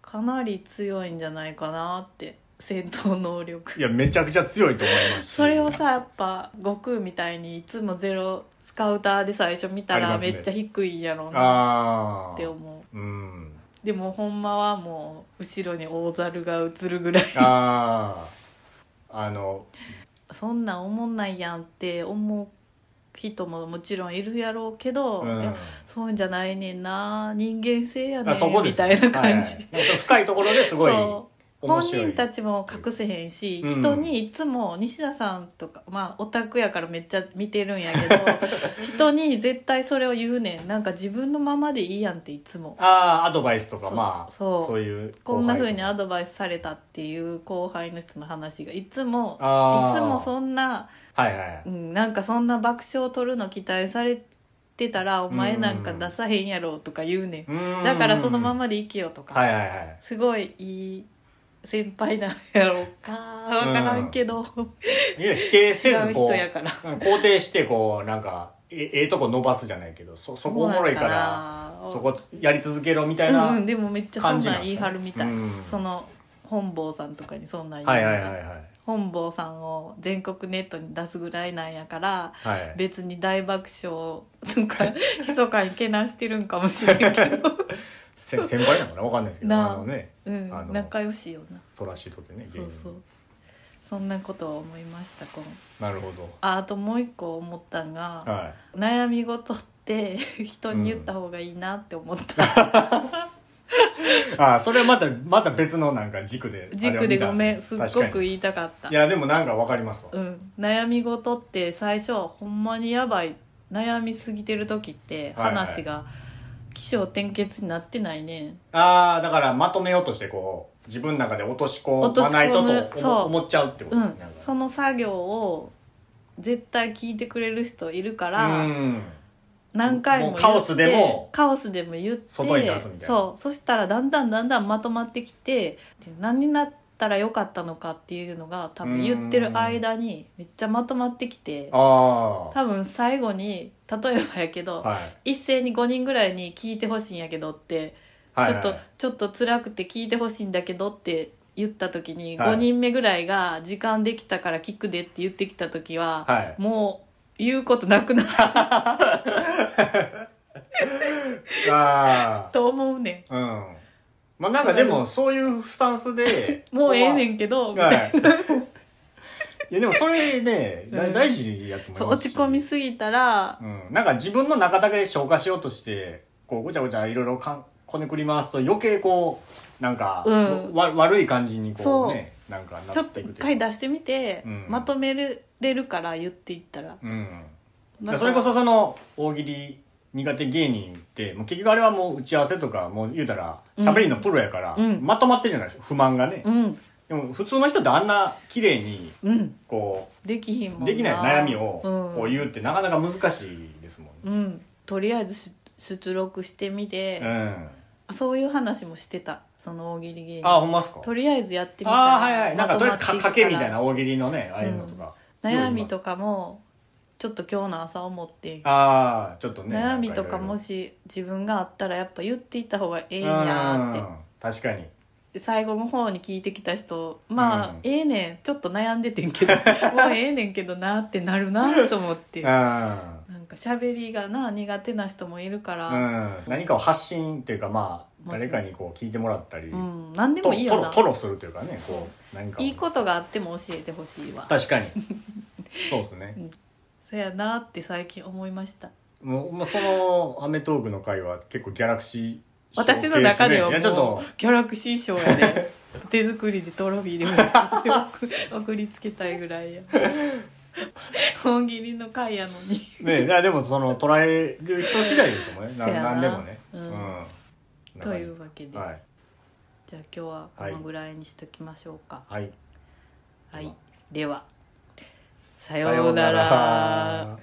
かなり強いんじゃないかなって戦闘能力
いやめちゃくちゃ強いと思いますし
それをさやっぱ悟空みたいにいつもゼロスカウターで最初見た
あり
ら
ます
め
ね
っちゃ低いやろうな
ああ
って思う
うん
でもほんまはもう後ろに大猿が映るぐらい
あああの
そんなん思んないやんって思う人ももちろんいるやろうけど、
うん
いやそういうんじゃないねんな人間性やね
あそこ
ん
で
み
す
た
ね
いな感じ、
はいはいなんか深いところですごい
そう
面
本
白い
人たちも隠せへんし、
うん
人にいつも西田さんとかまあオタクやからめっちゃ見てるんや けど人に絶対それを言うねんなんか自分のままでいいやんっていつも
ああアドバイスとか
そう
まあ
そう
いう
こんな風にア
ド
ドバイスされたっていう後輩の人の話がいつもい
あー
つもそんな、
はいはい
うん、なんかそんな爆笑を取るの期待されてたらお前なんか出さへんやろとか言うね、
うんーん
だからそのままでいけよとか、
はいはいはい
すごいいい先輩なんやろうか分からんけど、
いや否定
違
せず
う
こ
人
う
やから
うん肯定してこうなんかえええとこ伸ばすじゃないけどそそこおもろいからそこやり続けろみたいな、
うんうんでもめっちゃそん
感じ
な
なん
ん
ですかね
言い張るみたい、
うん
その本坊さんとかにそんなん言
はい
張
い
る
はいはいはい
本坊さんを全国ネットに出すぐらいなんやから
はい
別に大爆笑と か密かにけなしてるんかもしれんけど、
せ先輩なのかなわかんないですけど
なあ
あのね
うん
あの、
仲良しよな
ソラシとってね
そう
芸人
そ
の
うそんなことを思いました今
なるほど
ああともう一個思ったんが、
はい
悩み事って 人に言った方がいいなって思った、
あそれはまたまた別のなんか軸で
軸でごめんすっご
確
く
かに
言いたかった
いやでもなんかわかりますわ
うん、悩み事って最初ほんまにやばい悩みすぎてる時って
はいはい
話が起承転結になってないね、
ああだからまとめようとしてこう自分の中で落とし込
落とし
ま
込む
ないとと
そう
思思っちゃうってこと
う
です
ん
ね、なんか
その作業を絶対聞いてくれる人いるから、
うん
何回も言って
もうカオスでも
カオスでも言って
外に出すみたいな
そうそしたらだんだんだんだんまとまってきて何になったらよかったのかっていうのが多分言ってる間にめっちゃまとまってきて
あ
多分最後に例えばやけ
あ
ど、
はい
一斉に5人ぐらいに聞いてほしいんやけどって、
はい
ちょっと
はい
ちょっと辛くて聞いてほしいんだけどって言った時に、
はい
5人目ぐらいが時間できたから聞くでって言ってきた時は、
はい
もう言うことなくなった
あ
と思うねん。
あうんまあなんかでもそういうスタンスで
もうええね
ん
んけど、みたいな
はい いやでもそれね、だ
うん
大事やと思います
そう落ち込みすぎたら、
うん、なんか自分の中だけで消化しようとしてこうごちゃごちゃいろいろかんこねくり回すと余計こうなんか、
うん
わ悪い感じにこ
そうう
ねなんかな
ちょ
っ
ってと
いく
一
とい
回
うか
出してみて、
うん
まとめれるから言っていったら。
うん、だか
だから
らそれこそその大喜利苦手芸人ってもう結局あれはもう打ち合わせとかもう言うたら
うん
喋りのプロやから、
うん
まとまってるじゃないですか不満がね、
うん、
でも普通の人ってあんな綺麗に
うん、
こ
できひんもん
うできない悩みを
うん
こう言うってなかなか難しいですもんね、
うん、とりあえずし出力してみて、
うん、
そういう話もしてたその大喜利芸人
あほんまっすか
とりあえずやってみた
ああはいはいなんかとりあえず
ま
か
ま
か
って
け
く
み
ら
たいな大喜利のねああいうのとか、
悩みとかもちょっと今日の朝思って、
ああちょっとね
悩みとかも
し
し自分があったらやっぱ言っていった方がええんやーって
確かに
で最後の方に聞いてきた人まあ、
うん
ええねんちょっと悩んでてん けどもうええねんけどなってなるなと思って
う
なんんか喋りがな苦手な人もいるから、うん
うん何かを発信っていうかまあ
もし
誰かにこう聞いてもらったり、
何で
と
もいいよな
トロトロするというかねこう何かを
いいことがあっても教えてほしいわ
確 かにそうですね
そやなって最近思いました
もうもうその『アメトーーク』の回は結構ギャラクシー
私の中ではい
やちょっ
も
と
うギャラクシー賞やで手作りでトロフィーでも作って 送り送りつけたいぐらいや本切りの回やのに
ねいやでもその捉える人次第ですもんねな
せやな
何でもね
うん
ん
というわけです、
はい
じゃあ今日はこのぐらいにしときましょうか
はい
は、
はいい
ではさ
さ
ようなら。